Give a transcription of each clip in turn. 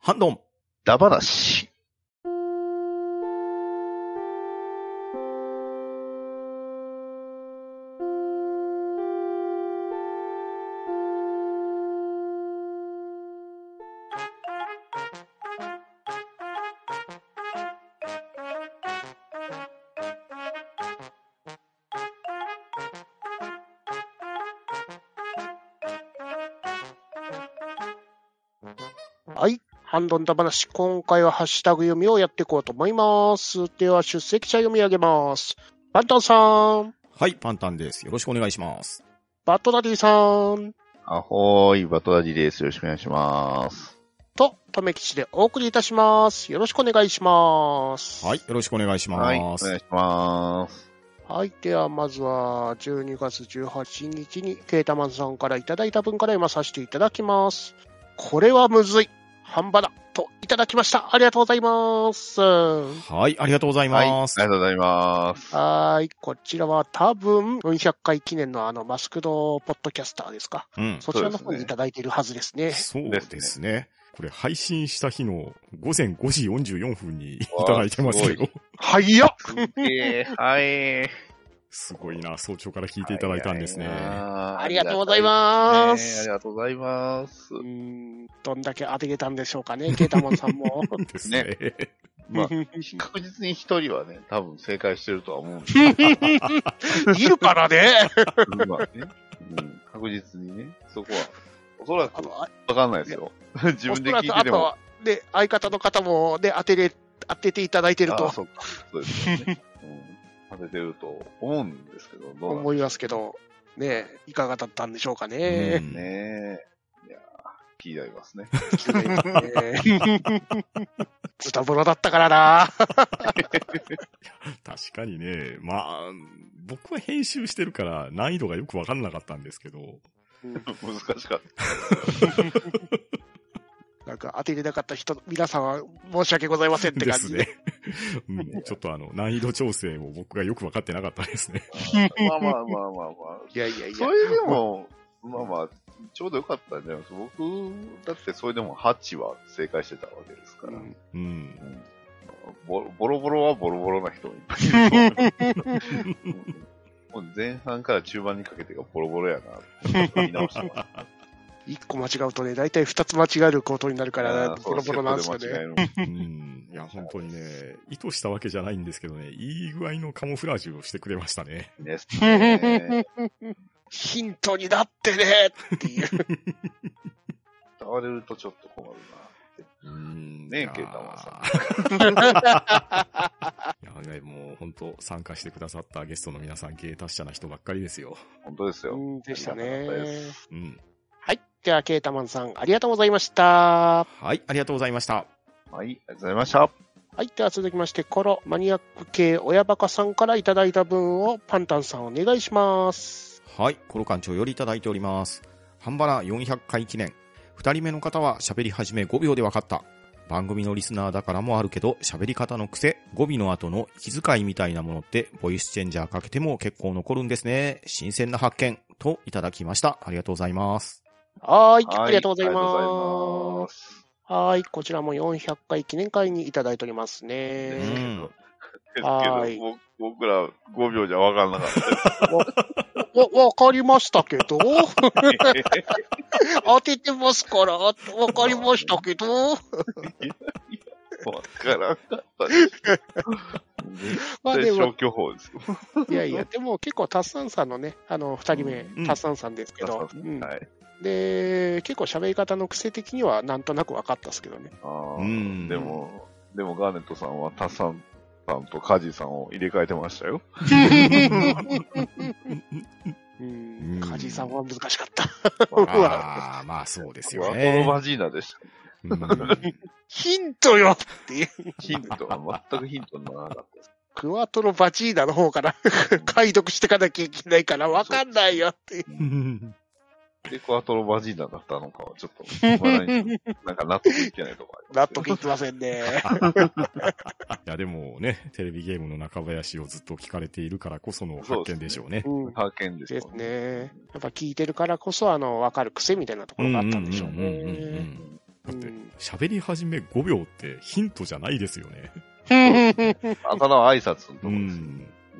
ハンドン。ダバナシ。ハンドンダ話、今回はハッシュタグ読みをやっていこうと思います。では、出席者読み上げます。バンタンさん、はい、パンタンです。よろしくお願いします。バットダディさん、あほーい、バトダジです。よろしくお願いします。と、とめきちでお送りいたします。よろしくお願いします。はい、。よろしくお願いしはい、おます。願いします。はい。では、まずは、12月18日に、ケータマンさんからいただいた分から読まさせていただきます。これはむずい。半端だ。と、いただきました。ありがとうございます。はい、ありがとうございはい、ありまがす。とうございます。はーい。こちらは多分、400回記念のあの、マスクドポッドキャスターですか。うん。そちらの方にいただいているはずですね。そうですね。これ配信した日の午前5時44分にいただいてますけど、はいよすげー、 はい。すごいな、早朝から聞いていただいたんですね。あありがとうございまねありす。がとうございますう。ーん、どんだけ当てれたんでしょうかね、ケータマンさんも。ですね。 まあ、確実に一人はね、多分正解してるとは思うん ですいるからね。けど、まあねうん、確実にね、そこは。おそらあくのわかんないですよ。 自分で聞いておそてらも。くあとは、ね、相方の方も、ね、当てれ、当てていただいてるあとそうか。そうですよね。うん。当ててると思うんですけど、どうなん思いますけど、ね、いかがだったんでしょうかうね。んねえ。いやー気になりますね。気になりますね ズタボロだったからな。確かにね、まあ、僕は編集してるから難易度がよくわかんなかったんですけど、難しかった。 なんか当てれなかった人、皆さんは申し訳ございませんってで感すじね。 うんちょっとあの、難易度調整を僕がよくわかってなかったですね。まあまあまあまあまあ。いやいやいやそ。れでも、まあまあ、ちょうどよかったんじゃないですか。僕、だってそれでも8は正解してたわけですから。うんうん。ボロボロボロはボロボロな人もいっぱいいると思う。もう前半から中盤にかけてがボロボロやなって見直してました。一個間違うとね、大体二つ間違えることになるから、あーそボうロボロなんですよセットね。で間違うえるん。いや、本当にね、意図したわけじゃないんですけどね、いい具合のカモフラージュをしてくれましたね。もん ですね。ヒントになってねっていう。伝われるとちょっと困るうんねえケイタマンさ ん。いやね、もう本当参加してくださったゲストの皆さん、芸達者な人ばっかりですよ。な。本当ですよ。うんでしたありがたかったねで。うん。はい。では、ケータマンさん、ありがとうございました。ははい、ありがとうございました。はい、ありがとうございました。い。では、続きまして、コロマニアック系親バカさんからいただいた分をパンタンさんお願いします。はい、コロ館長よりいただいております。半ばな400回記念。二人目の方は喋り始め5秒で分かった。番組のリスナーだからもあるけど、喋り方の癖、語尾の後の気遣いみたいなものって、ボイスチェンジャーかけても結構残るんですね。新鮮な発見。といただきました。ありがとうございます。はーい。はありがとうございありがとうございま。ますす。はーい。こちらも400回記念会にいただいておりますね。うんですけはどい僕、僕ら5秒じゃ分かんなかった。わ、わかりましたけど当ててますから、わかりましたけどわからんかったです。まあでで消も、去法ですよ。いやいや、でも結構タッサンさんのね、あの、二人目、うんタッサンさんですけど、そうそううんはい。で、結構喋り方の癖的にはなんとなく分かったですけどね。あーうんでも、でもガーネットさんはタッサンさんとカジさんを入れ替えてましたよ。うんうん、カジさんは難しかった。うわ、ああ、まあそうですワよコロね。バジーナでした。うんヒントよっていう。ヒントは全くヒントにならなかったです。クワトロバチーナの方から 解読してかなきゃいけないから分かんないよっていう。 で、クワトロバジーナだったのかはちょっと、未だになんか納得いってないとこあ りま納すけど得いきませんね。いや、でもね、テレビゲームの中林をずっと聞かれているからこその発見でしょうね。うん発見ですでよすね。やっぱ聞いてるからこそ、あの、分かる癖みたいなところがあったんでしょううんうんうんうんうんね。だってうん喋り始め5秒ってヒントじゃないですよね。うん。あたの挨拶のところですね。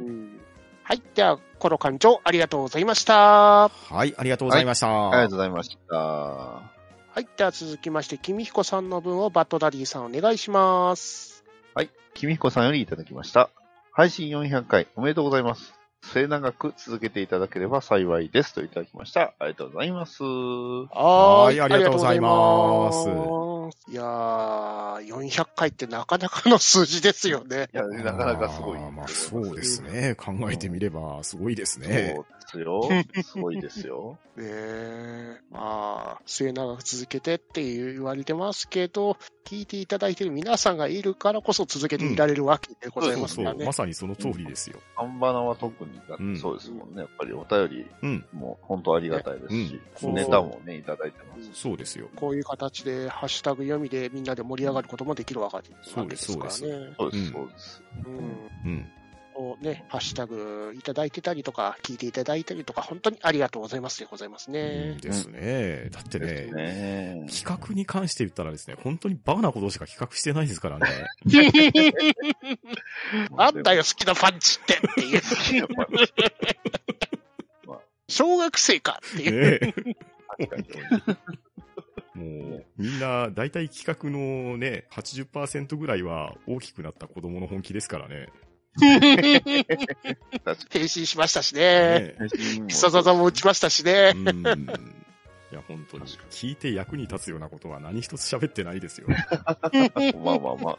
うんはい。では、コロ館長、ありがとうございました。はい、ありがとうございました。ありがとうございました。はい。では、続きまして、君彦さんの分をバッドダディさんお願いします。はい。君彦さんよりいただきました。配信400回おめでとうございます。末永く続けていただければ幸いですといただきました。ありがとうございます。はーいはありがとうございますありがとうございますいやー、400回ってなかなかの数字ですよね。いや、なかなかすごい。あーまあ、そうです。ね。考えてみれば、すごいです そうでね。すよ。すごいですよ。ねえ、まあ、末永く続けてって言われてますけど、聞いていただいてる皆さんがいるからこそ続けていられるわけでございそうますそからう、ねま。さにその通りですよ。アンバナは特にだうんそうですもんね。やっぱりお便りうん、も本当ありがたいですし、うんネタもね、いただいてます。そうですよ。こういう形で、ハッシュタグ読みでみんなで盛り上がることもできるわけそうですわけですからね。そうでうんす、そうです。ううんん。こうね、ハッシュタグいただいてたりとか、聞いていただいたりとか、本当にありがとうございますでございますうんね。ですね。だってですね、ね。企画に関して言ったらですね、本当にバカなことしか企画してないですからね。な んだよ、好きなパンチってっていう。 やっぱり小学生かっていう。ねえもう、みんな、大体企画のね、80%ぐらいは大きくなった子供の本気ですからね。確か 変身しましたしねね。え に。必殺技も打ちましたしね。うん。いや、本当に、聞いて役に立つようなことは何一つ喋ってないですよ。まあまあまあ。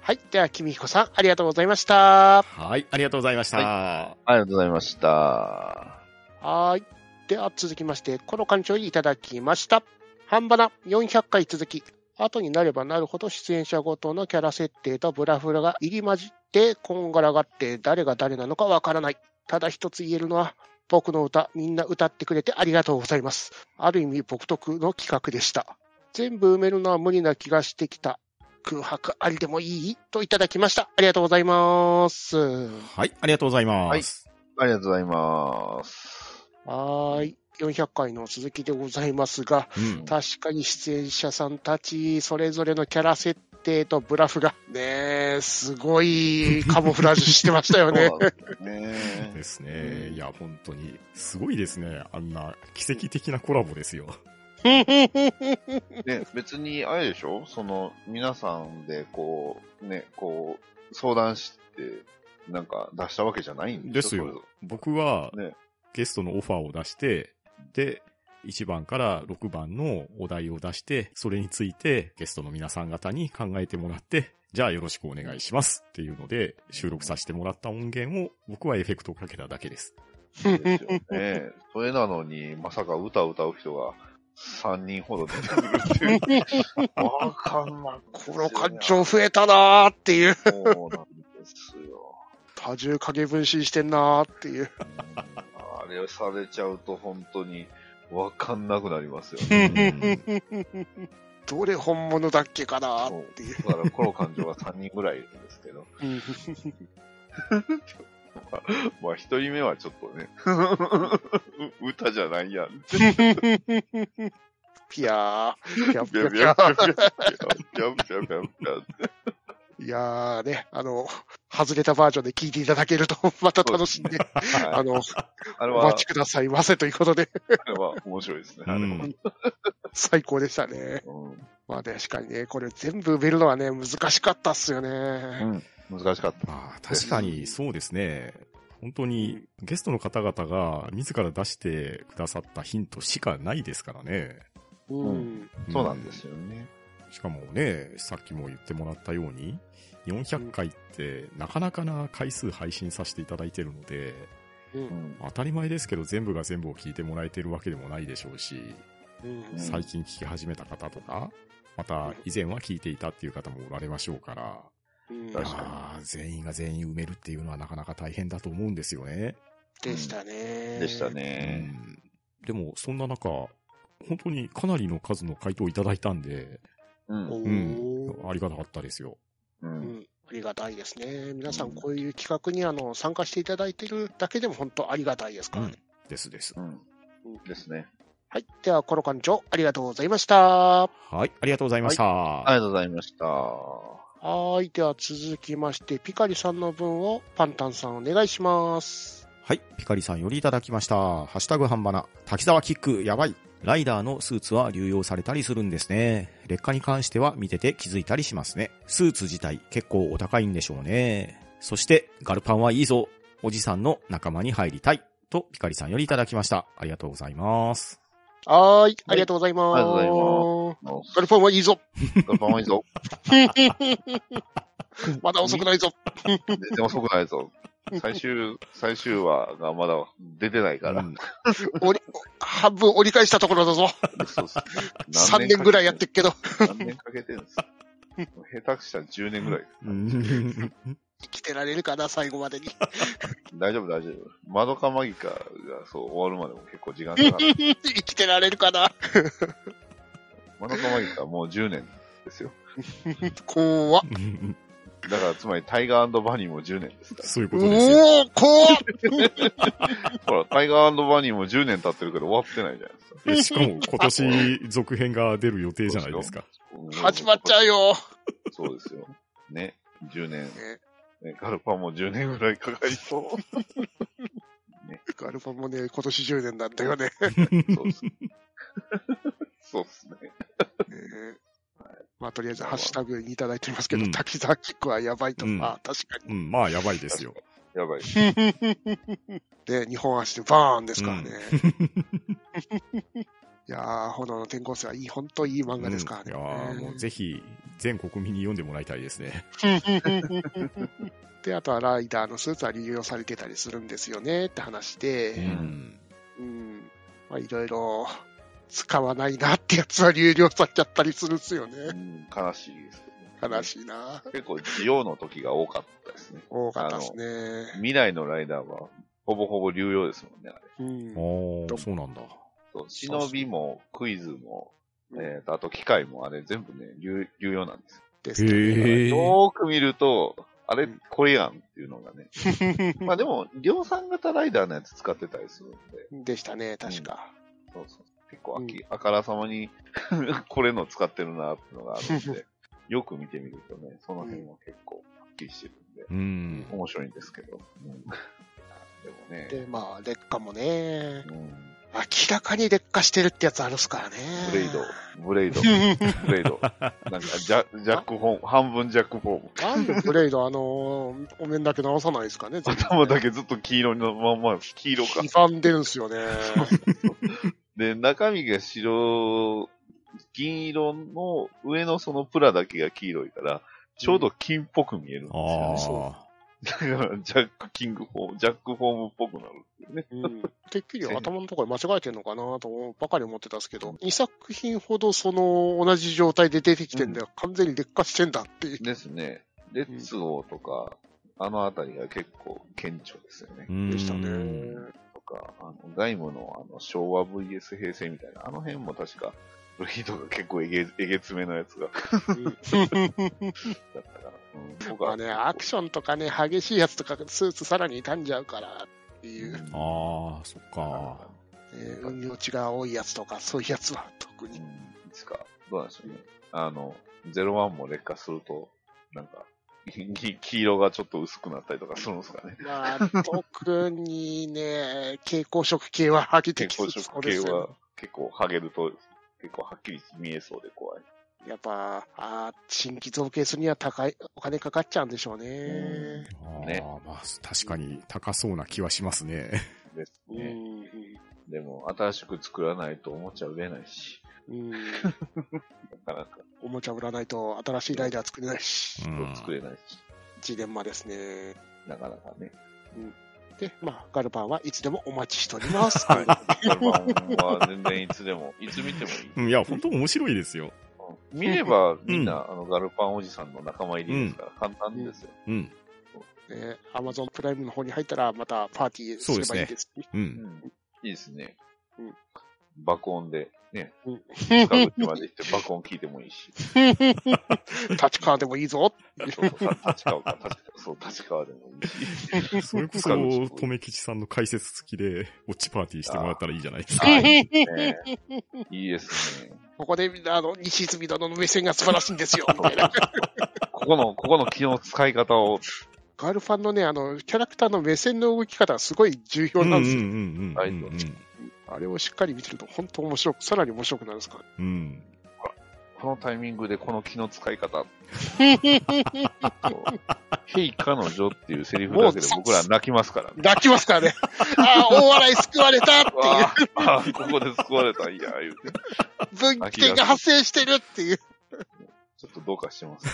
はい。では、君彦さん、ありがとうございました。はい、ありがとうございました。ありがとうございました。はい。では、続きまして、この館長よりいただきました。半ばな400回続き、後になればなるほど出演者ごとのキャラ設定とブラフラが入り混じって、こんがらがって誰が誰なのかわからない。ただ一つ言えるのは、僕の歌、みんな歌ってくれてありがとうございます。ある意味、僕特の企画でした。全部埋めるのは無理な気がしてきた。空白ありでもいいといただきました。ありがとうございます。はい、ありがとうございます。ありがとうございます。はーい。400回の続きでございますが、うん。確かに出演者さんたち、それぞれのキャラ設定とブラフが、ねえ、すご いカモフラージュしてましたよね。そうなんですね。ですね。うんいや、本当に、すごいですね。あんな奇跡的なコラボですよ。ね、別に、あれでしょその、皆さんで、こう、ね、こう、相談して、なんか出したわけじゃないんですよ。僕はね、ゲストのオファーを出して、で、1番から6番のお題を出して、それについてゲストの皆さん方に考えてもらって、じゃあよろしくお願いしますっていうので、収録させてもらった音源を僕はエフェクトをかけただけです。それぞれですよね。 それなのに、まさか歌を歌う人が3人ほど出てくるっていう。 わかんない。この感 情増えたなーっていう、そうなんですよ。多重影分身してんなーっていう。あれをされちゃうと本当にわかんなくなりますようね。んどれ本物だっけかなーっていう。だから、この感情が3人ぐらいいるんですけど。 うんまあ、1人目はちょっとね、 う歌じゃないやん。ピヤー。ピャぴピゃャぴピゃャぴゃぴゃぴゃぴゃぴゃぴゃいやーね、あの、外れたバージョンで聞いていただけると、また楽しんで、はあいの、あれおは、待ちくださいませということで、 あれは面白いですね。うあれはん最高でしたね。うんまあね、確かにね、これ全部埋めるのはね、難しかったっすよね。難しかった。まあ、確かにそうですね。本当にゲストの方々が自ら出してくださったヒントしかないですからね。うん。そうなんですよね。しかもね、さっきも言ってもらったように、400回ってなかなかな回数配信させていただいてるので、う。うんん当たり前ですけど全部が全部を聞いてもらえてるわけでもないでしょうし、うん。最近聞き始めた方とか、また以前は聞いていたっていう方もおられましょうから、うん確かにあー全員が全員埋めるっていうのはなかなか大変だと思うんですよね。でしたね。でしたうね。ん、でも、そんな中、本当にかなりの数の回答をいただいたんで、うおん。うんー。ありがたかったですよ。ううんん。ありがたいですね。皆さうん、んこういう企画にあの参加していただいてるだけでも本当ありがたいですからね。ですです。うん。ですね。はい。では、この館長、ありがとうございました。ははい、ありがとうございました。ありがとうございました。ーい。では、続きまして、ピカリさんの分をパンタンさんお願いします。はい、ピカリさんよりいただきました。ハッシュタグ半ばな、滝沢キック、やばい。ライダーのスーツは流用されたりするんですね。劣化に関しては見てて気づいたりしますね。スーツ自体結構お高いんでしょうね。そして、ガルパンはいいぞ。おじさんの仲間に入りたい。と、ピカリさんよりいただきました。ありがとうございます。はーい。ありがとうございます。ありがとうございガルフォンはいいぞ。ガルパンはいいぞ。まだ遅くないぞ。全然遅くないぞ。最終、最終話がまだ出てないからう。ん折り半分折り返したところだぞ。 そうそう3年ぐらいやってっけど。何年かけてるんですか下手したら10年ぐらい。うん生きてられるかな、最後までに。 大丈夫、大丈夫。マドカマギカがそう終わるまでも結構時間か かる。生きてられるかな。マドカマギカはもう10年ですよ。怖っ。だからつまりタイガーバニーも10年ですかそういうこおとですよ。ー、怖 っ。ら。ほら、タイガーバニーも10年経ってるけど終わってないじゃないですか。えしかも今年続編が出る予定じゃないですか。始まっちゃうよ。そうですよ。ね、10年。ねね、ガルパンも10年ぐらいかかりそう。ガルフォンもね、今年10年なんだよね。そうっ すね。そうっすね。ねまあ、とりあえず、ハッシュタグにいただいてますけど、うん滝沢キックはやばいと。うんまあ、確かに。うん、まあやばいですよ。やばい。で、日本足でバーンですからね。 いやー、炎の転校生はいい、本当いい漫画ですからね。うんいやーもうぜひ全国民に読んでもらいたいですね。で、あとはライダーのスーツは利用されてたりするんですよねって話うで、ん。うん。まあ、いろいろ、使わないなってやつは流用されちゃったりするんですようね。ん、悲しいですけどね、悲しいな。結構、ジオの時が多かったですね。多かったですね。未来のライダーは、ほぼほぼ流用ですもんね、あれ。うん。おー、そうなんだ。そう忍びも、クイズも、えーと、あと機械もあれ全部ね、流流用なんですよ。ですねだからへー。よーく見ると、あれ、これやんっていうのが ね。まあでも、量産型ライダーのやつ使ってたりするんで、 でしたね、確か。そうそう。結構あき、あからさまに、 これの使ってるなっていうのがあるんで、よく見てみるとね、その辺は結構はっきりしてるんで、うん。面白いんですけど。うん でもね、で、まあ、劣化もね、うん、明らかに劣化してるってやつあるっすからね。ブレイド、ブレイ ド、ブレイド。なんかジャ、ジャックフォーム、半分ジャックフォーム。なんでブレイド、あのーお面だけ直さないですかね、全頭だけずっと黄色のまんま、黄色か然。。歪んでるんすよね。で、中身が白、銀色の上のそのプラだけが黄色いから、ちょうど金っぽく見えるんですよね。あそあ。だから、ジャックキングフォーム、ジャックフォームっぽくなるっていうね。うん、 てっきり頭のところ間違えてんのかなとばかり思ってたんですけど、2作品ほどその同じ状態で出てきてんだよ、完全に劣化してんだっていう。ですね。レッツゴーとか、あのあたりが結構顕著ですよね。ででしたね。とか、あの、ガイムのあの昭和 VS 平成みたいな、あの辺も確か、ブリードが結構えげ、えげつめのやつが、だったから。うん。と まあね、アクションとかね、激しいやつとか、スーツさらに傷んじゃうからっていう、ね、ョああ、そっか。運用値が多いやつとか、そういうやつは特うに。ん。いつか、どうなんでしょうね。あの、ゼロワンも劣化すると、なんか、き黄色がちょっと薄くなったりとかするんで すかね。まあ、特にね、蛍光色系は激健的康食系は結構ハゲると結構はっきり見えそうで怖い。やっぱ、あー新規造形するには高い、お金かかっちゃうんでしょううね。ああねまあ、確かに高そうな気はしますね。 ですうん。ね。でも新しく作らないとおもちゃ売れないし、うん。なかなかおもちゃ売らないと新しいライダー作れないし、うん作れないし、ジレンマですね。なかなかね。で、まあ、ガルパンはいつでもお待ちしております。はい。アルバムは全然いつでも、いつ見てもいい。うんいや、本当面白いですよ。見ればみんな、あのガルパンおじさんの仲間入りですから、簡単ですよ。うん。 ね、アマゾンプライムの方に入ったら、ま たパーティーすればいいですね。う。うんんいいですねうん。爆音でねうん、深口まで行って爆音聞いてもいいし、立川でもいいぞ。そうそうさ立川か、立川そう、立川でもいいし。それこそ、とめきちさんの解説付きで、ウォッチパーティーしてもらったらいいじゃないですか。あいいですね。いいですね。ここで、あの、西泉殿の目線が素晴らしいん ですよ、みたいな。ここの、ここの機能使い方を、ガールファンのね、あの、キャラクターの目線の動き方がすごい重要うんうなんんうですよ。んうんうんあれをしっかり見てると、本当面白く、さらに面白くなるんですから。うん。うん。このタイミングでこの機能使い方。そうヘイ彼女っていうセリフだけで僕ら泣きますから ね。泣きます からね。ああ、大笑い救われたっていうああ、ここで救われたんや、言うて。、物件が発生してるっていう。ちょっとどうかしてます。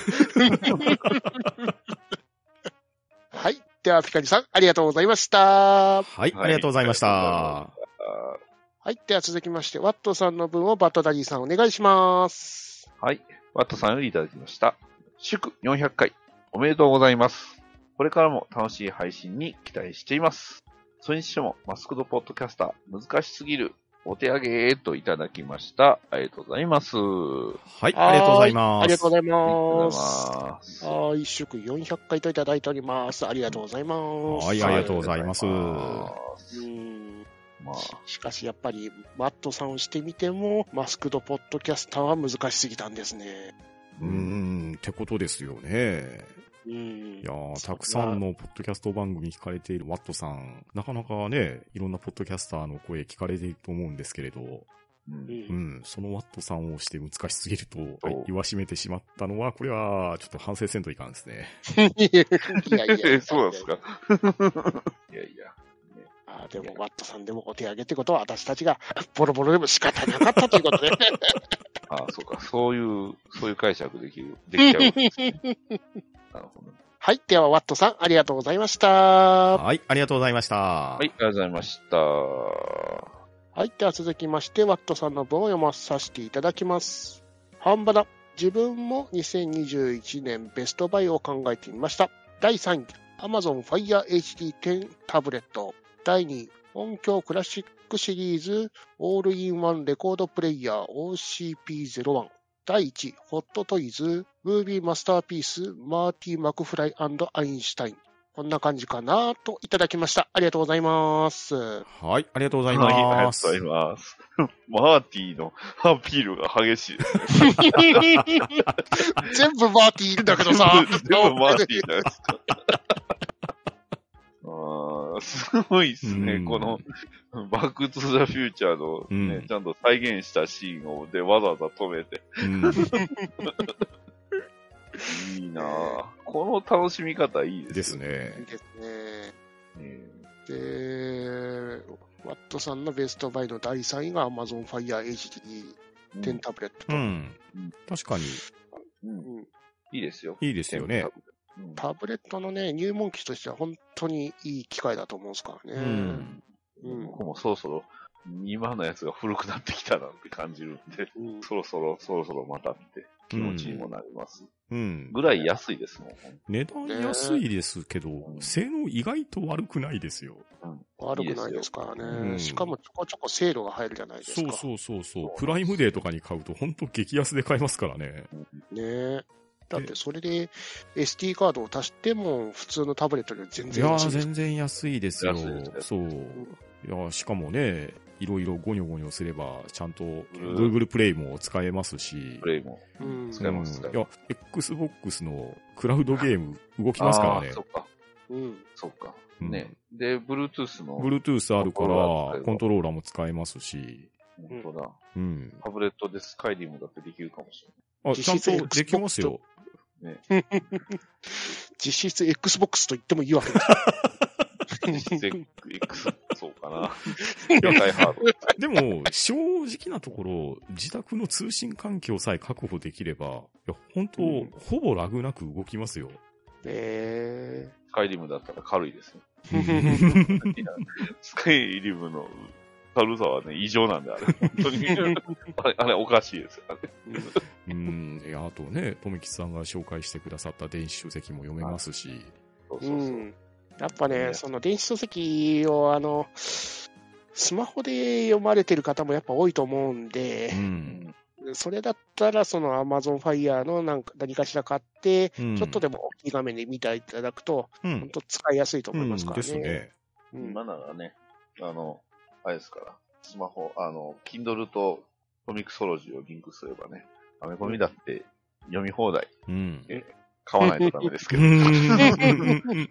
はい。では、ピカリさん、ありがとうございました。はい、ありがとうございました。あはい。では続きまして、ワットさんの分をバットダディさんお願いします。はい。ワットさんよりいただきました。祝400回、おめでとうございます。これからも楽しい配信に期待しています。それにしても、マスクドポッドキャスター、難しすぎる。お手上げといただきました。ありがとうございます。はい、ありがとうございます。ありがとうございありがとうごまざす。います。はい。祝400回といただいております。ありがとうございます。はいありがとうございますありがとうございますうんまあ、しかしやっぱり、ワットさんをしてみても、マスクドポッドキャスターは難しすぎたんですね。うーん、ってことですよね。うんいやーたくさんのポッドキャスト番組聞かれているワットさん、なかなかね、いろんなポッドキャスターの声聞かれていると思うんですけれど、ううんう んん、そのワットさんをして難しすぎるとそう言わしめてしまったのは、これはちょっと反省せんといかんですね。いやいやいや。 そうなんですか。いやいや。あーでも、ワットさんでもお手上げってことは、私たちがボロボロでも仕方なかったということで。あそうか。そういう、そういう解釈できる。できちゃうわけですね。 なるほど。はい。では、ワットさん、ありがとうございました。はい、ありがとうございました。ははい、ありがとうございました。ははい。では続きまして、ワットさんの文を読まさせていただきます。半ばだ。自分も2021年ベストバイを考えてみました。第3位、Amazon Fire HD10 タブレット。第2位、音響クラシックシリーズオールインワンレコードプレイヤー OCP01。第1位、ホットトイズ、ムービーマスターピース、マーティー・マクフライアインシュタイン。こんな感じかなといただきました。ありがとうございます。い、ありがとうござい、あいりがとうまごす。ざいます。マーティのアピールが激しいです。。全部マーティーだけどさ全部マーティじゃないですか。あーすごいですうね、んこの、バックトゥザフューチャーの、ねうんちゃんと再現したシーンを、で、わざわざ止めて、うんいいなぁ。この楽しみ方いいでですすね。ね。ですね。うんで、ワットさんのベストバイの第3位が Amazon Fire HD10 タブレットと、うんうん。確かに、うんうんいいですよ。いいですよね。うん。タブレットのね、入門機としては本当にいい機会だと思うんですからね。うん。うん僕もそろそろ、今のやつが古くなってきたなって感じるんで、うんそろそろ、そろそろまたって気持ちにもなります。うん。ぐらい安いですもん。値段安いですけど、うん性能意外と悪くないですよ。悪くないですからねうんしかもちょこちょこセールが入るじゃないですそか。うそうそうそう。プライムデーとかに買うと、ほんと激安で買えますからね。ねだってそれで SD カードを足しても普通のタブレットより全い然や安ー、いです全然安いですよ安いです。ねそう。いやーしかもね、いろいろゴニョゴニョすれば、ちゃんとん Google プレイも使えますしプ。レイも。うん使えますう使んえいや、Xbox のクラウドゲーム動きますからあねーそ。っか、うんそっか。うんね。で、Bluetooth の、 Bluetooth あるから、コントローラー使えるコントローラーも使えますし。本当だ。うん。タブレットでスカイリムだってできるかもしれあ、ちゃ実ん質とできますよ。実質 XBOX と言ってもいいわけだ。 ない。実 X、そうかな。野菜ハード。でも、正直なところ、自宅の通信環境さえ確保できれば、いや、本当、うんほぼラグなく動きますよ。えスカイリムだったら軽いですよ。うんいやスカイリムの軽さはね、異常なんで、あれ。本 当に。あれ、あれおかしいですよ。あれうん。いや、あとね、とめきさんが紹介してくださった電子書籍も読めますし、そううそうそう。ん。やっぱね、ねその電子書籍を、あの、スマホで読まれてる方もやっぱ多いと思うんでう、。うんん。それだったら、その Amazon Fire のなんか何かしら買って、ちちょっとで、でも大きい画面で見ていただくと、う本ん。当使いやすいと思いますからうんですね。ね。うん今ならね、あの、あれですから、スマホ、あの、Kindle とコミックソロジーをリンクすればね、アメコミだって読み放題、うん。買わないとダメですけう ど。ん。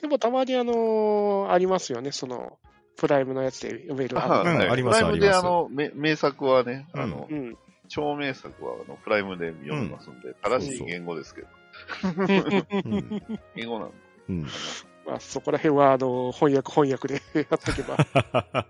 でもたまにあのーありますよね、その、プライムのやつで読めるああのうんはいありますプライムでありますあの、め名作はね、あの、うん。超名作はあのプライムで読みますんで、正しい言語ですけど、英語なんで、うん。まあ、そこら辺は、あのー翻訳翻訳でやっとけば。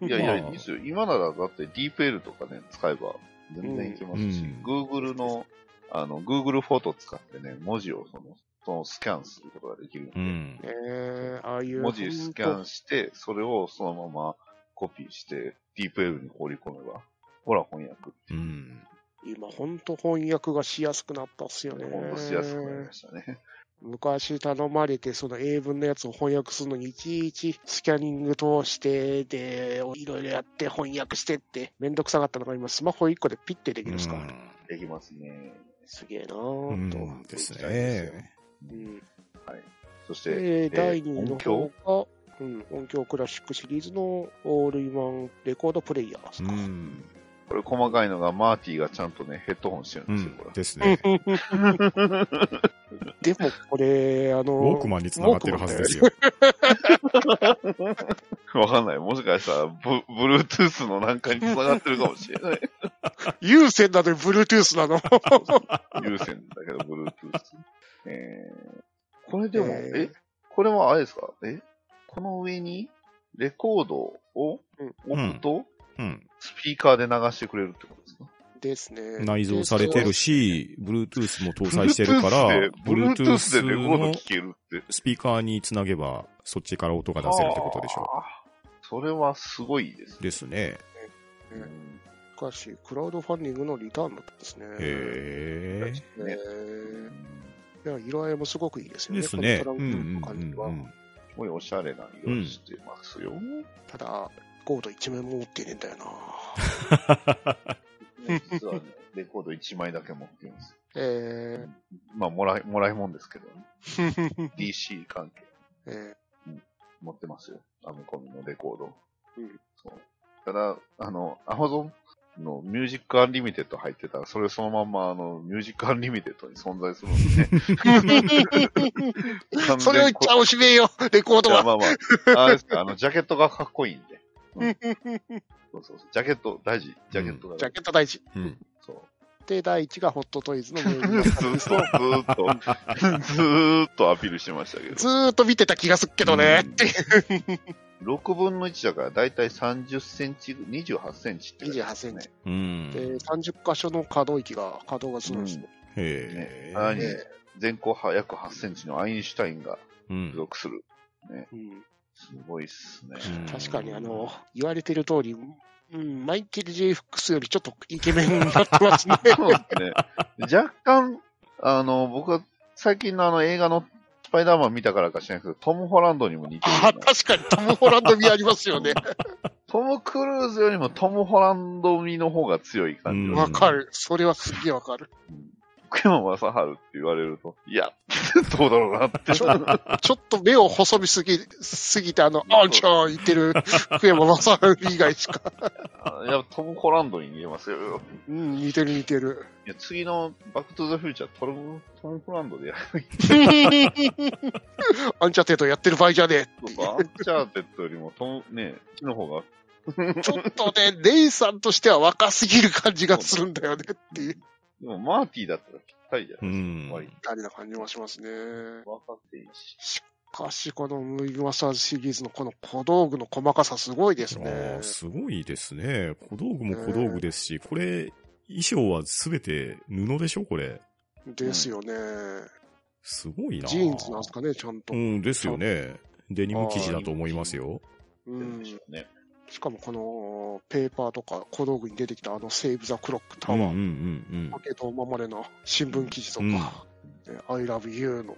いやいや、まあいいですよ。今ならだって DeepL とかね、使えば全然いけますうし、ん Google の、あの、Google フォト使ってね、文字をその、そのスキャンすることができるんで、うん。えー、ああいう。文字スキャン。ンして、それをそのままコピーして、DeepL に放り込めば、ほら翻訳ってういん。今、本当翻訳がしやすくなったっすよね。う、ほんとしやすくなりましたね。昔頼まれて、その英文のやつを翻訳するのに、いちいちスキャニング通して、で、いろいろやって翻訳してって、めんどくさかったのが今、スマホ1個でピッてできるんですから。できますね。すげえなうぁと。ん。ですね。うんそして、で、第2位の音響方が、うん、音響クラシックシリーズのオールインワンレコードプレイヤーですうか。ん。これ細かいのが、マーティがちゃんとね、ヘッドホンしてるんうですよ、んこれ。。ですね。 でもこれ、あの、ウォークマンに繋がってるはずですよ。わかんない。もしかしたら、ブ、ブルートゥースのなんかに繋がってるかもし れない。有線なのに Bluetooth なの。有線だけど、ブルートゥース。えー、これでも、えーえこれはあれですかえこの上に、レコードをうん置くと、うん。スピーカーで流してくれるってことですかですね。内蔵されてるし。し、Bluetooth も搭載してるから、ブルートゥースで、ブルートゥースでレコードの聴けるって。スピーカーにつなげば、そっちから音が出せるってことでしょあーそれはすごいですう。。ですね。ううん昔、クラウドファンディングのリターンだったんですね。へえ。ねいや色合いもすごくいいですよね。ですね。うこのんトランクのうん感じは。うんうん。すごいおしゃれな色をしてますよ。ただ、コード一面も持ってねえんだよな。ね実はね、レコード1枚だけ持ってるんですよ。えまあ、もらい、もらいもんですけど、ね、 ー DC 関係えー持ってますよ。アメコミのレコード。うんそう。ただ、あの、アマゾンのミュージックアンリミテッド入ってたら、それそのまんま、あの、ミュージックアンリミテッドに存在するんでね。 完全にそれを言っちゃおしめえよ、レコードいやは。まあまあ、あれですか、あの、ジャケットがかっこいいんで。うんそうそうそう。ジャケット、大事。ジャケットがジャ大事。ケット大事。うん。そう。で、第1がホットトイズのメインずのーっと、ずーっと、ずーっとアピールしてましたけど。ずーっと見てた気がするけどね。って6分の1だから、だいたい30センチ、28センチって、 28センチ。。うん。で、30箇所の可動域が、可動がすごいですね。へえ。さらにええ、前後派約8センチのアインシュタインがうん付属する。うんすごいっすね。うん確かに、あの、言われてる通り、うん、マイケル・ J ・フックスよりちょっとイケメンになってま すね。そうですね。若干、あの、僕は最近のあの映画のスパイダーマン見たからか知らないけど、トム・ホランドにも似てるよあね。確かにトム・ホランド味ありますよね。トム・クルーズよりもトム・ホランド味の方が強い感じうんがわかる。それはすっげえわかる。福山雅治って言われると、いや、 どうだろうなって。ちょちょっと目を細見すぎ、すぎて、あの、あんちゃん言ってる福山雅治以外しか。 あいや、トム・ホランドに見えますよ。うん、似てる似てる。いや、次のバック・トゥ・ザ・フューチャー、トム・トム・ホランドでやるアンチャテートやってる場合じゃねとか、アンチャーテッドよりもトム、ね、木の方が、え。ちょっとね、レイさんとしては若すぎる感じがするんだよねっていう。でもマーティだったらぴったりじゃうないですんか。割とありな感じもしますね。若手いいし。しかし、このムービーマスターズシリーズのこの小道具の細かさすごいですあねー。すごいですね。小道具も小道具ですし、これ、衣装はすべて布でしょこれ。ですよね。すごいな。ジーンズなんですかね、ちゃんとう。ん、ですよね。デニム生地だと思いますよ。うんで。しょうね。しかもこのペーパーとか小道具に出てきたあのセーブ・ザ・クロック・タうワんうんー、うん負けとお守れの新聞記事とか、うんね I love you の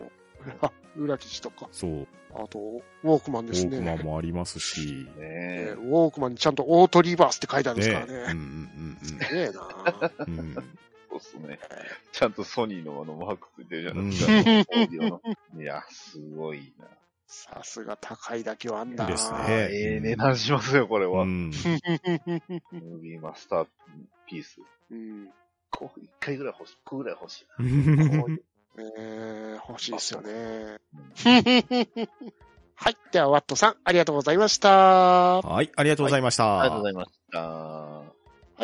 裏記事とか。そう。あと、ウォークマンウですォーね。クマンもありますし。ねええー。ウォークマンにちゃんとオートリバースって書いてあるんですからねね。うんすげえなうんうんうん。そうっすね。ちゃんとソニーのあのマークついてるじゃないですうか。んオーディオの。いや、すごいな。さすが高いだけはあんうだん。なですえね。え値段しますよ、これうは。ムん。ービーマスターピース。うん。こう一回ぐらい欲しい、一個ぐらい欲しいな。こ ういうえー、欲しいですよねうん。はい。では、ワットさん、ありがとうございました。はい、ありがとうございました。ありがとうございました。は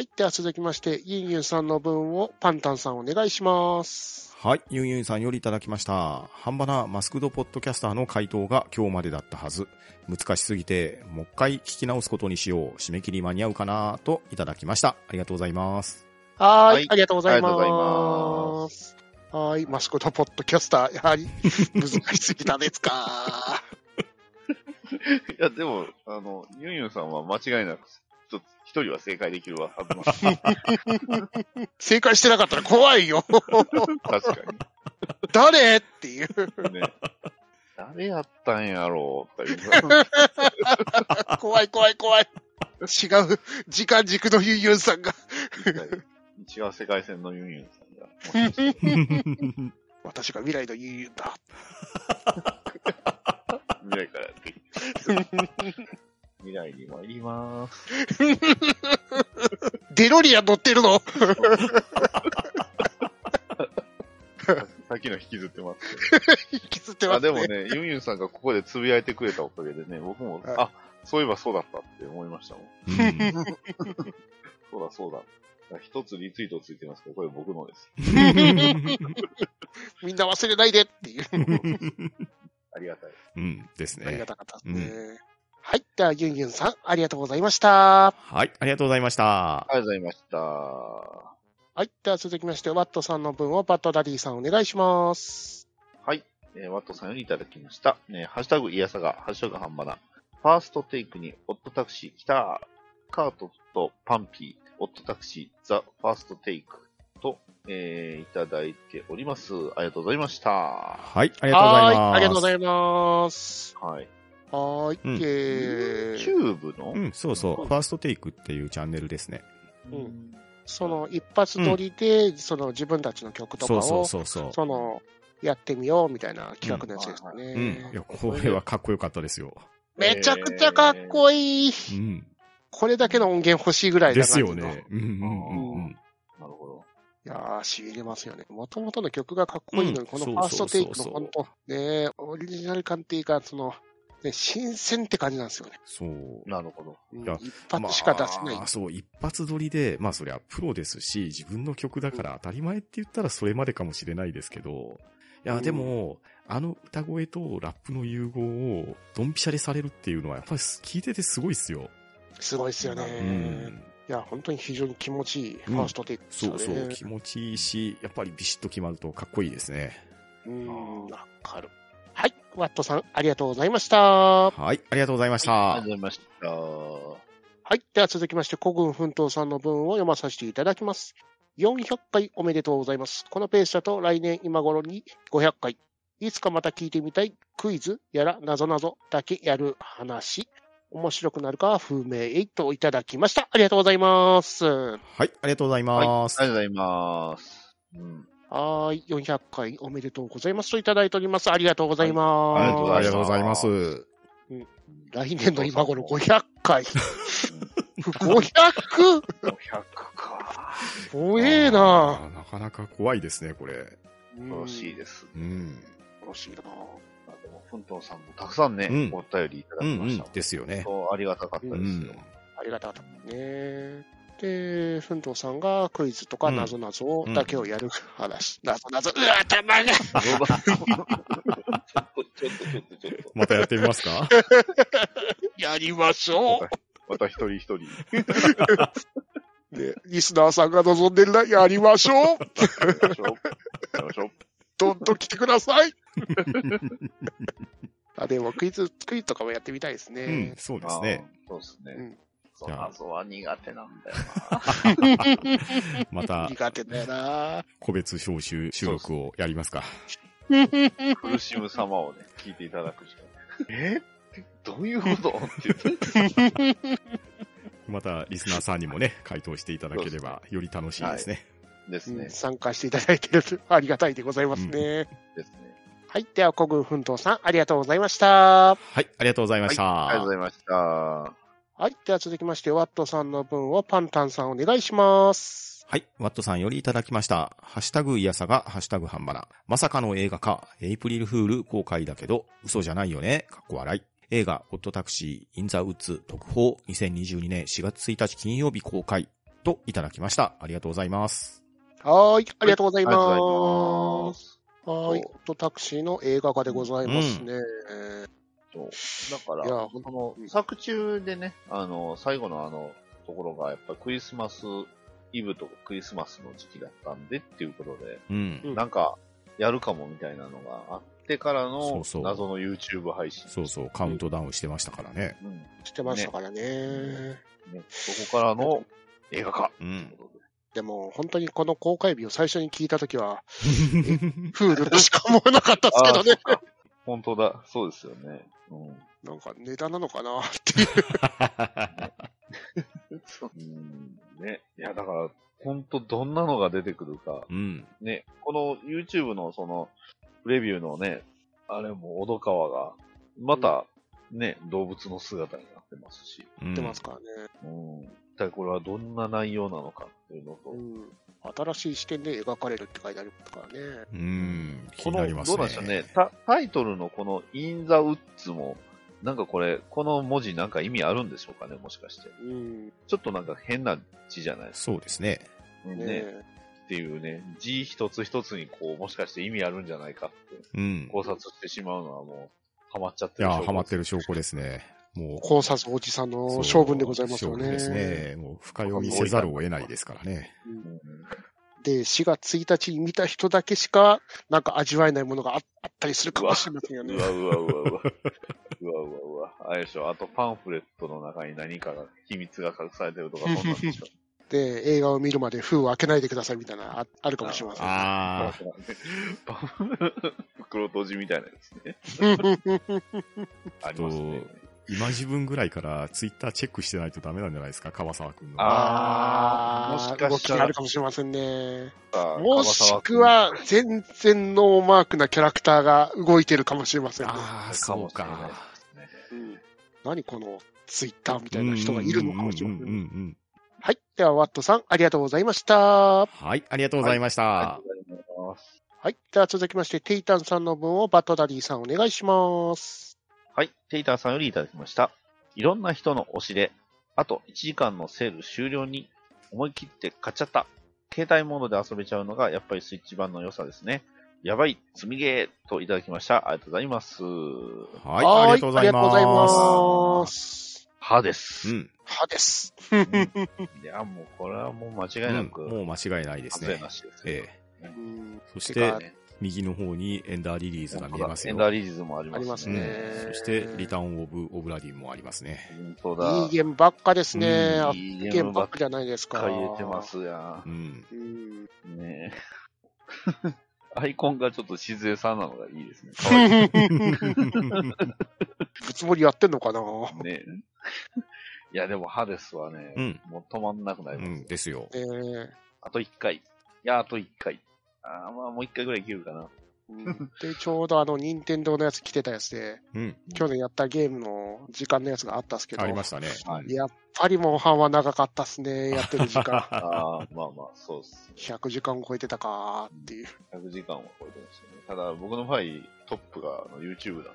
い。では続きまして、ユンユンさんの分をパンタンさんお願いします。はい、ユンユンさんよりいただきました。ハンバナマスクドポッドキャスターの回答が今日までだったはず。難しすぎて、もう一回聞き直すことにしよう。締め切り間に合うかなといただきました。ありがとうございます。はーい,、はいありがとうございま。ありがとうございますはーい。マスコットポッドキャスター、やは り難しすぎたですか。いや、でも、あの、ユンユンさんは間違いなく、一つ、一人は正解できるはずなんで す正解してなかったら怖いよ。確か誰っていう。に。ね。誰やったんやろうとか言う。怖い怖い怖い。違う。時間軸のユンユンさんが。違う世界線のユンユンさんがもしかして。私が未来のユンユンだ。未来からやってきて。未来に参りまーす。デロリアン乗ってるのさっきの引きずってます引きずっけてど。まあ、すね。でもね、ユンユンさんがここでつぶやいてくれたおかげでね、僕も、はいあ、そういえばそうだったって思いましたもん。うんそうだそうだ。一つリツイートついてますけど、これ僕のです。みんな忘れないでっ ていう。ありがたい。うん、ですありがね。たかったですね。はい。では、ユンユンさん、ありがとうございました。はい、ありがとうございました。ありがとうございました。はい。では、続きまして、ワットさんの分をバットダディさんお願いします。はい。えーワットさんよりいただきました。えーハッシュタグイヤサガ、ハッシュタグハンバナ。ファーストテイクに、オットタクシー来た。カートとパンピー、オットタクシー、ザ・ファーストテイクと、えーいただいております。ありがとうございました。ははい、ありがとうございはまーす。ありがとうございます。い。はーい。うんえー YouTube の、うん、そうそう。ファーストテイクっていうチャンネルですね。ううんその、一発撮りで、その、自分たちの曲とかそを、うそそうそうそう。の、やってみようみたいな企画のやつですかね。うん。いや、これはかっこよかったですよ。めちゃくちゃかっこいい。うん。これだけの音源欲しいぐらいなで感すじのよね。うんうんうんうん。なるほど。いやー、しびれますよね。もともとの曲がかっこいいのに、うんこのフそうァーストテイクのそうそう本当、ねオリジナル感っていうか、その、ね、新鮮って感じなんですよね。そう。なるほど。うんいや一発しか出せない。まあ、そう、一発撮りで、まあそりゃプロですし、自分の曲だから当たり前って言ったらそれまでかもしれないですけど、いや、でも、あの歌声とラップの融合をドンピシャでされるっていうのは、やっぱり聞いててすごいっすよ。すごいですよね。ういん。や、本当に非常に気持ちいいファーストテイクでしたそね。うそう、気持ちいいし、やっぱりビシッと決まるとかっこいいですね。うん、わかる。はい、ワットさん、ありがとうございました。ははい、ありがとうございました。は、ありがとうございました。い、では続きまして、古軍奮闘さんの文を読まさせていただきます。400回おめでとうございます。このペースだと来年今頃に500回。いつかまた聞いてみたいクイズやらなぞなぞだけやる話。面白くなるかは不明へといただきました。ありがとうございます。はいありがとうございはい。まあす。りがとうございます。うん。ーい。400回おめでとうございますといただいております。ありがとうございます。はいありがとうございますありがとうございます。来年の今頃500回。500? 500か。怖えなあーなかなか怖いですね、これ。楽しいでです。うん。す。楽しいなまあでも、ふんとんさんもたくさんね、うんお便りいただうきんうましたんもん。。ですよね。そうありがたかったですうよ。ん。ありがたかったね。で、ふんとうさんがクイズとかなぞなぞだけをやる話。なぞなぞ、うわ、頭がちょっと、ちょっと、ちょっと、ちょっと。またやってみます かやりましょまた一人一人。う。で、リスナーさんが望んでるな、やりまし ょう。やりましょう。やりましょう。どんどん来てください。 あでもクイズ、クイズとかもやってみたいですうねん、。そう ですね。あー。そうですうねん。そう謎は苦手なんだよまた苦手だよな。個別招集収録をやりますか。苦しむ様をね、聞いていただく時間。 えどういうことって言って、また、リスナーさんにもね、回答していただければ、より楽しいですね。ですね。参加していただいてるとありがたいでございますね。ですね。はい。では、古軍奮闘さん、ありがとうございました。はい、ありがとうございました。はい、ありがとうございました。はい。では続きまして、ワットさんの分をパンタンさんお願いします。はい。ワットさんよりいただきました。ハッシュタグイヤサが、ハッシュタグハンバナ。まさかの映画化、エイプリルフール公開だけど、嘘じゃないよね。かっこ笑い。映画、ホットタクシー、インザウッズ、特報、2022年4月1日金曜日公開。といただきました。ありがとうございます。はーい。ありがとうござあいりがとうございま。ますす。はーい。ホットタクシーの映画化でございますね。そう。だいかやら、あほんの、作中でね、あの、最後のあの、ところが、やっぱクリスマスイブとクリスマスの時期だったんでっていうことで、うん。うんなんか、やるかもみたいなのがあってからそのうそう謎の YouTube 配信。そうそう、カウントダウンしてましたからね。うん。してましたからね。ねそこからの映画化。う。というんことででも、本当にこの公開日を最初に聞いたときは、フールとしか思わなかったですけどあーそっ ね。か本当だ。そうですよね。うん。なんかネタなのかな。うんね。いや、だから、本当どんなのが出てくるか。うん。ね、この YouTube のその、レビューのね、あれも、小戸川が、また、ね、動物の姿になってますし、うんってますからね。うん。一体これはどんな内容なのかっていうのと、うん。新しい視点で描かれるって書いてありますからね。うん。気こになの、りますどね。うなんでしょうねタ、タイトルのこの、インザウッズも、なんかこれ、この文字なんか意味あるんでしょうかね、もしかして。うん。ねちょっとなんか変な字じゃないですそうですね。か。ね。えっていうね、字一つ一つにこう、もしかして意味あるんじゃないかってうん。考察してしまうのはもう、ハマっちゃっいてるやー、証拠ですハマってる証拠ですね。もう、考察おじさんの勝負でございますよそうね。勝負ですね。もう深読みせざるを得ないですからね。で、4月1日に見た人だけしか、なんか味わえないものがああったりするかもしれませんようね。わうわうわうわ。うわうわうわ。あれでしょ、あとパンフレットの中に何かが、秘密が隠されてるとか、そんな んでしょ。で、映画を見るまで封を開けないでくださいみたいな、ああるかもしれません。あパン袋閉じみたいなやつね。ありますね。今自分ぐらいからツイッターチェックしてないとダメなんじゃないですか、川沢くんの。ああーもしか動しきたらがあるかもしれませんね。あーもしく、は、全然ノーマークなキャラクターが動いてるかもしれませんね。あーかもしれないですねうん何このツイッターみたいな人がいるのかもしれまうんせうんんうんうね。んはい。では、ワットさん、ありがとうございました。はい、ありがとうございました。あはりがとうございます。はい。では続きまして、テイタンさんの分をバトダディさんお願いします。はい、テイターさんよりいただきました。いろんな人の推しで、あと1時間のセール終了に思い切って買っちゃった。携帯モードで遊べちゃうのがやっぱりスイッチ版の良さですね。やばい、積みゲーといただきました。ありがとうございます。い、ありがとうございはありがとうございま。ます歯です。す。ういん、歯です。や、もうこれはもう間違いなく、うんもう間違いないです外れねな。しですねえうんえ、そしててか、右の方にエンダーリリーズが見えますエよ。ンダーリリーズもありますね。ありますねうんそして、リターン・オブ・オブ・ラディンもありますね。本当いだ。いゲームばっかですね。あいいいいゲゲーームムばばっっかかじゃないですか。り入れてま。すや。うん ん。うん。ねえアイコンがちょっと静江さんなのがいいですね。可愛いうん。ぶつもりやってんのかなね。いや、でも歯ですわね。うんもう止まんなくなりうますね、んですよ。えーあと一回。いや、あと一回。ああ、まあもう一回ぐらいいけるかな。うんで、ちょうどあの、任天堂のやつ来てたやつで、うん。去年やったゲームの時間のやつがあったっすけど。ありましたね。。はい。やっぱりモンハンは長かったっすね。やってる時間 ああ、まあまあ、そうっす、ね。 100時間超えてたかーっていう。 100時間は超えてましたね。ただ、僕の場合、トップがあの YouTube だっ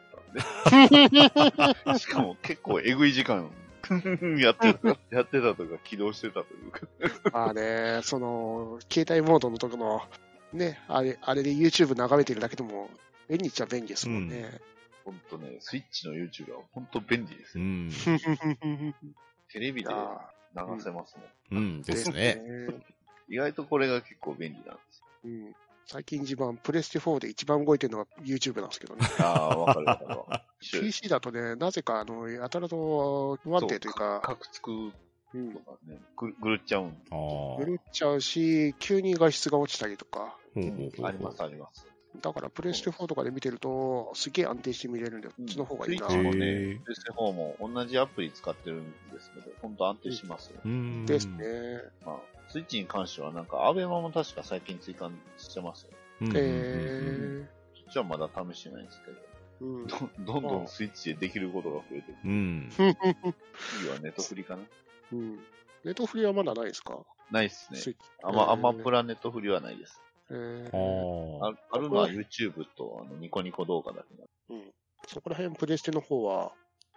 たん で。しかも結構えぐい時間 やってた、やってたとか起動してたというか。まあね、その、携帯モードのとこの、ね、あれ、あれで YouTube 眺めてるだけでも、便利っちゃ便利ですもんね。ほんとね、スイッチの YouTube はほんと便利ですうね。ん。テレビでい流やせますもん。うんですですね。ね意外とこれが結構便利なんで すよ。うん最近一番、プレステ4で一番動いてるのは YouTube なんですけど ね。ああ、わかるわかるわかる。一緒です PC だとね、なぜか、あの、やたらと不安定というか、カクつくうんとかね、ぐぐるっちゃうん。ああ。ほ狂うっちゃうし、急に画質が落ちたりとか、ほうほうほうありますあります。だからプレステ4とかで見てると、すげえ安定して見れるんで、こっちの方がいいな。うんへもーね、プレステ4も同じアプリ使ってるんですけど、本当安定しますよ。うーん。ですね。まあ、スイッチに関してはなんか、アベマも確か最近追加してますよ。うん。うんうんうんえそっちはまだ試してないんですけーうん。ど、 どんどんスイッチでできることが増えてる。うん。次はネトフリかなうん。ネットフリはまだないですかないっすね。スイッチあま、アうんマプラネットフリはないです。えーああ。ああるのは YouTube とあのニコニコ動画だけなうん。そこら辺プレステの方は、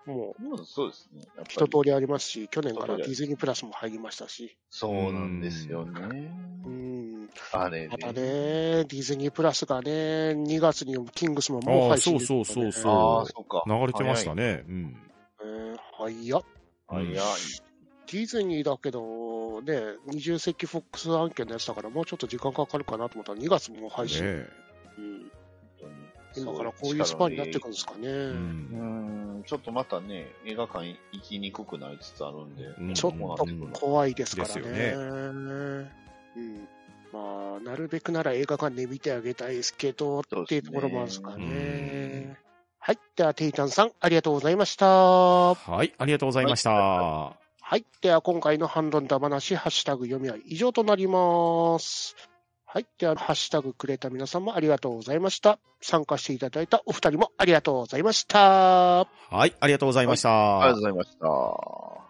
もうのうん、そうですね。やっぱり一通りありますし、去年からディズニープラスも入りましたし。そうなんですよね。うん。あれね。またね、ディズニープラスがね、2月にキングスマンもう配信ですからね、あーそうそうそうそうああ、そうか。流れてましたね。うん。えーはいや。早い。うん早い。ディズニーだけど、ね、二重世紀フォックス案件のやつだから、もうちょっと時間かかるかなと思ったら、2月もう配ね信、え。うん本当に今からこういうスパになってくるんですかうんね。うーんちょっとまたね、映画館行きにくくなりつつあるんで、うんちょっこうなとてくるの怖いですからね。ですうんまあ、なるべくなら映画館で見てあげたいですけど、そうですねっていうところもあるんですかうんね。はい。では、テイタンさん、ありがとうございました。はい、ありがとうございました。ははい。では、今回の反論だ話、ハッシュタグ読みは以上となります。はい。では、ハッシュタグくれた皆さんもありがとうございました。参加していただいたお二人もありがとうございました。い、ありがとうございました。ありがとうございました。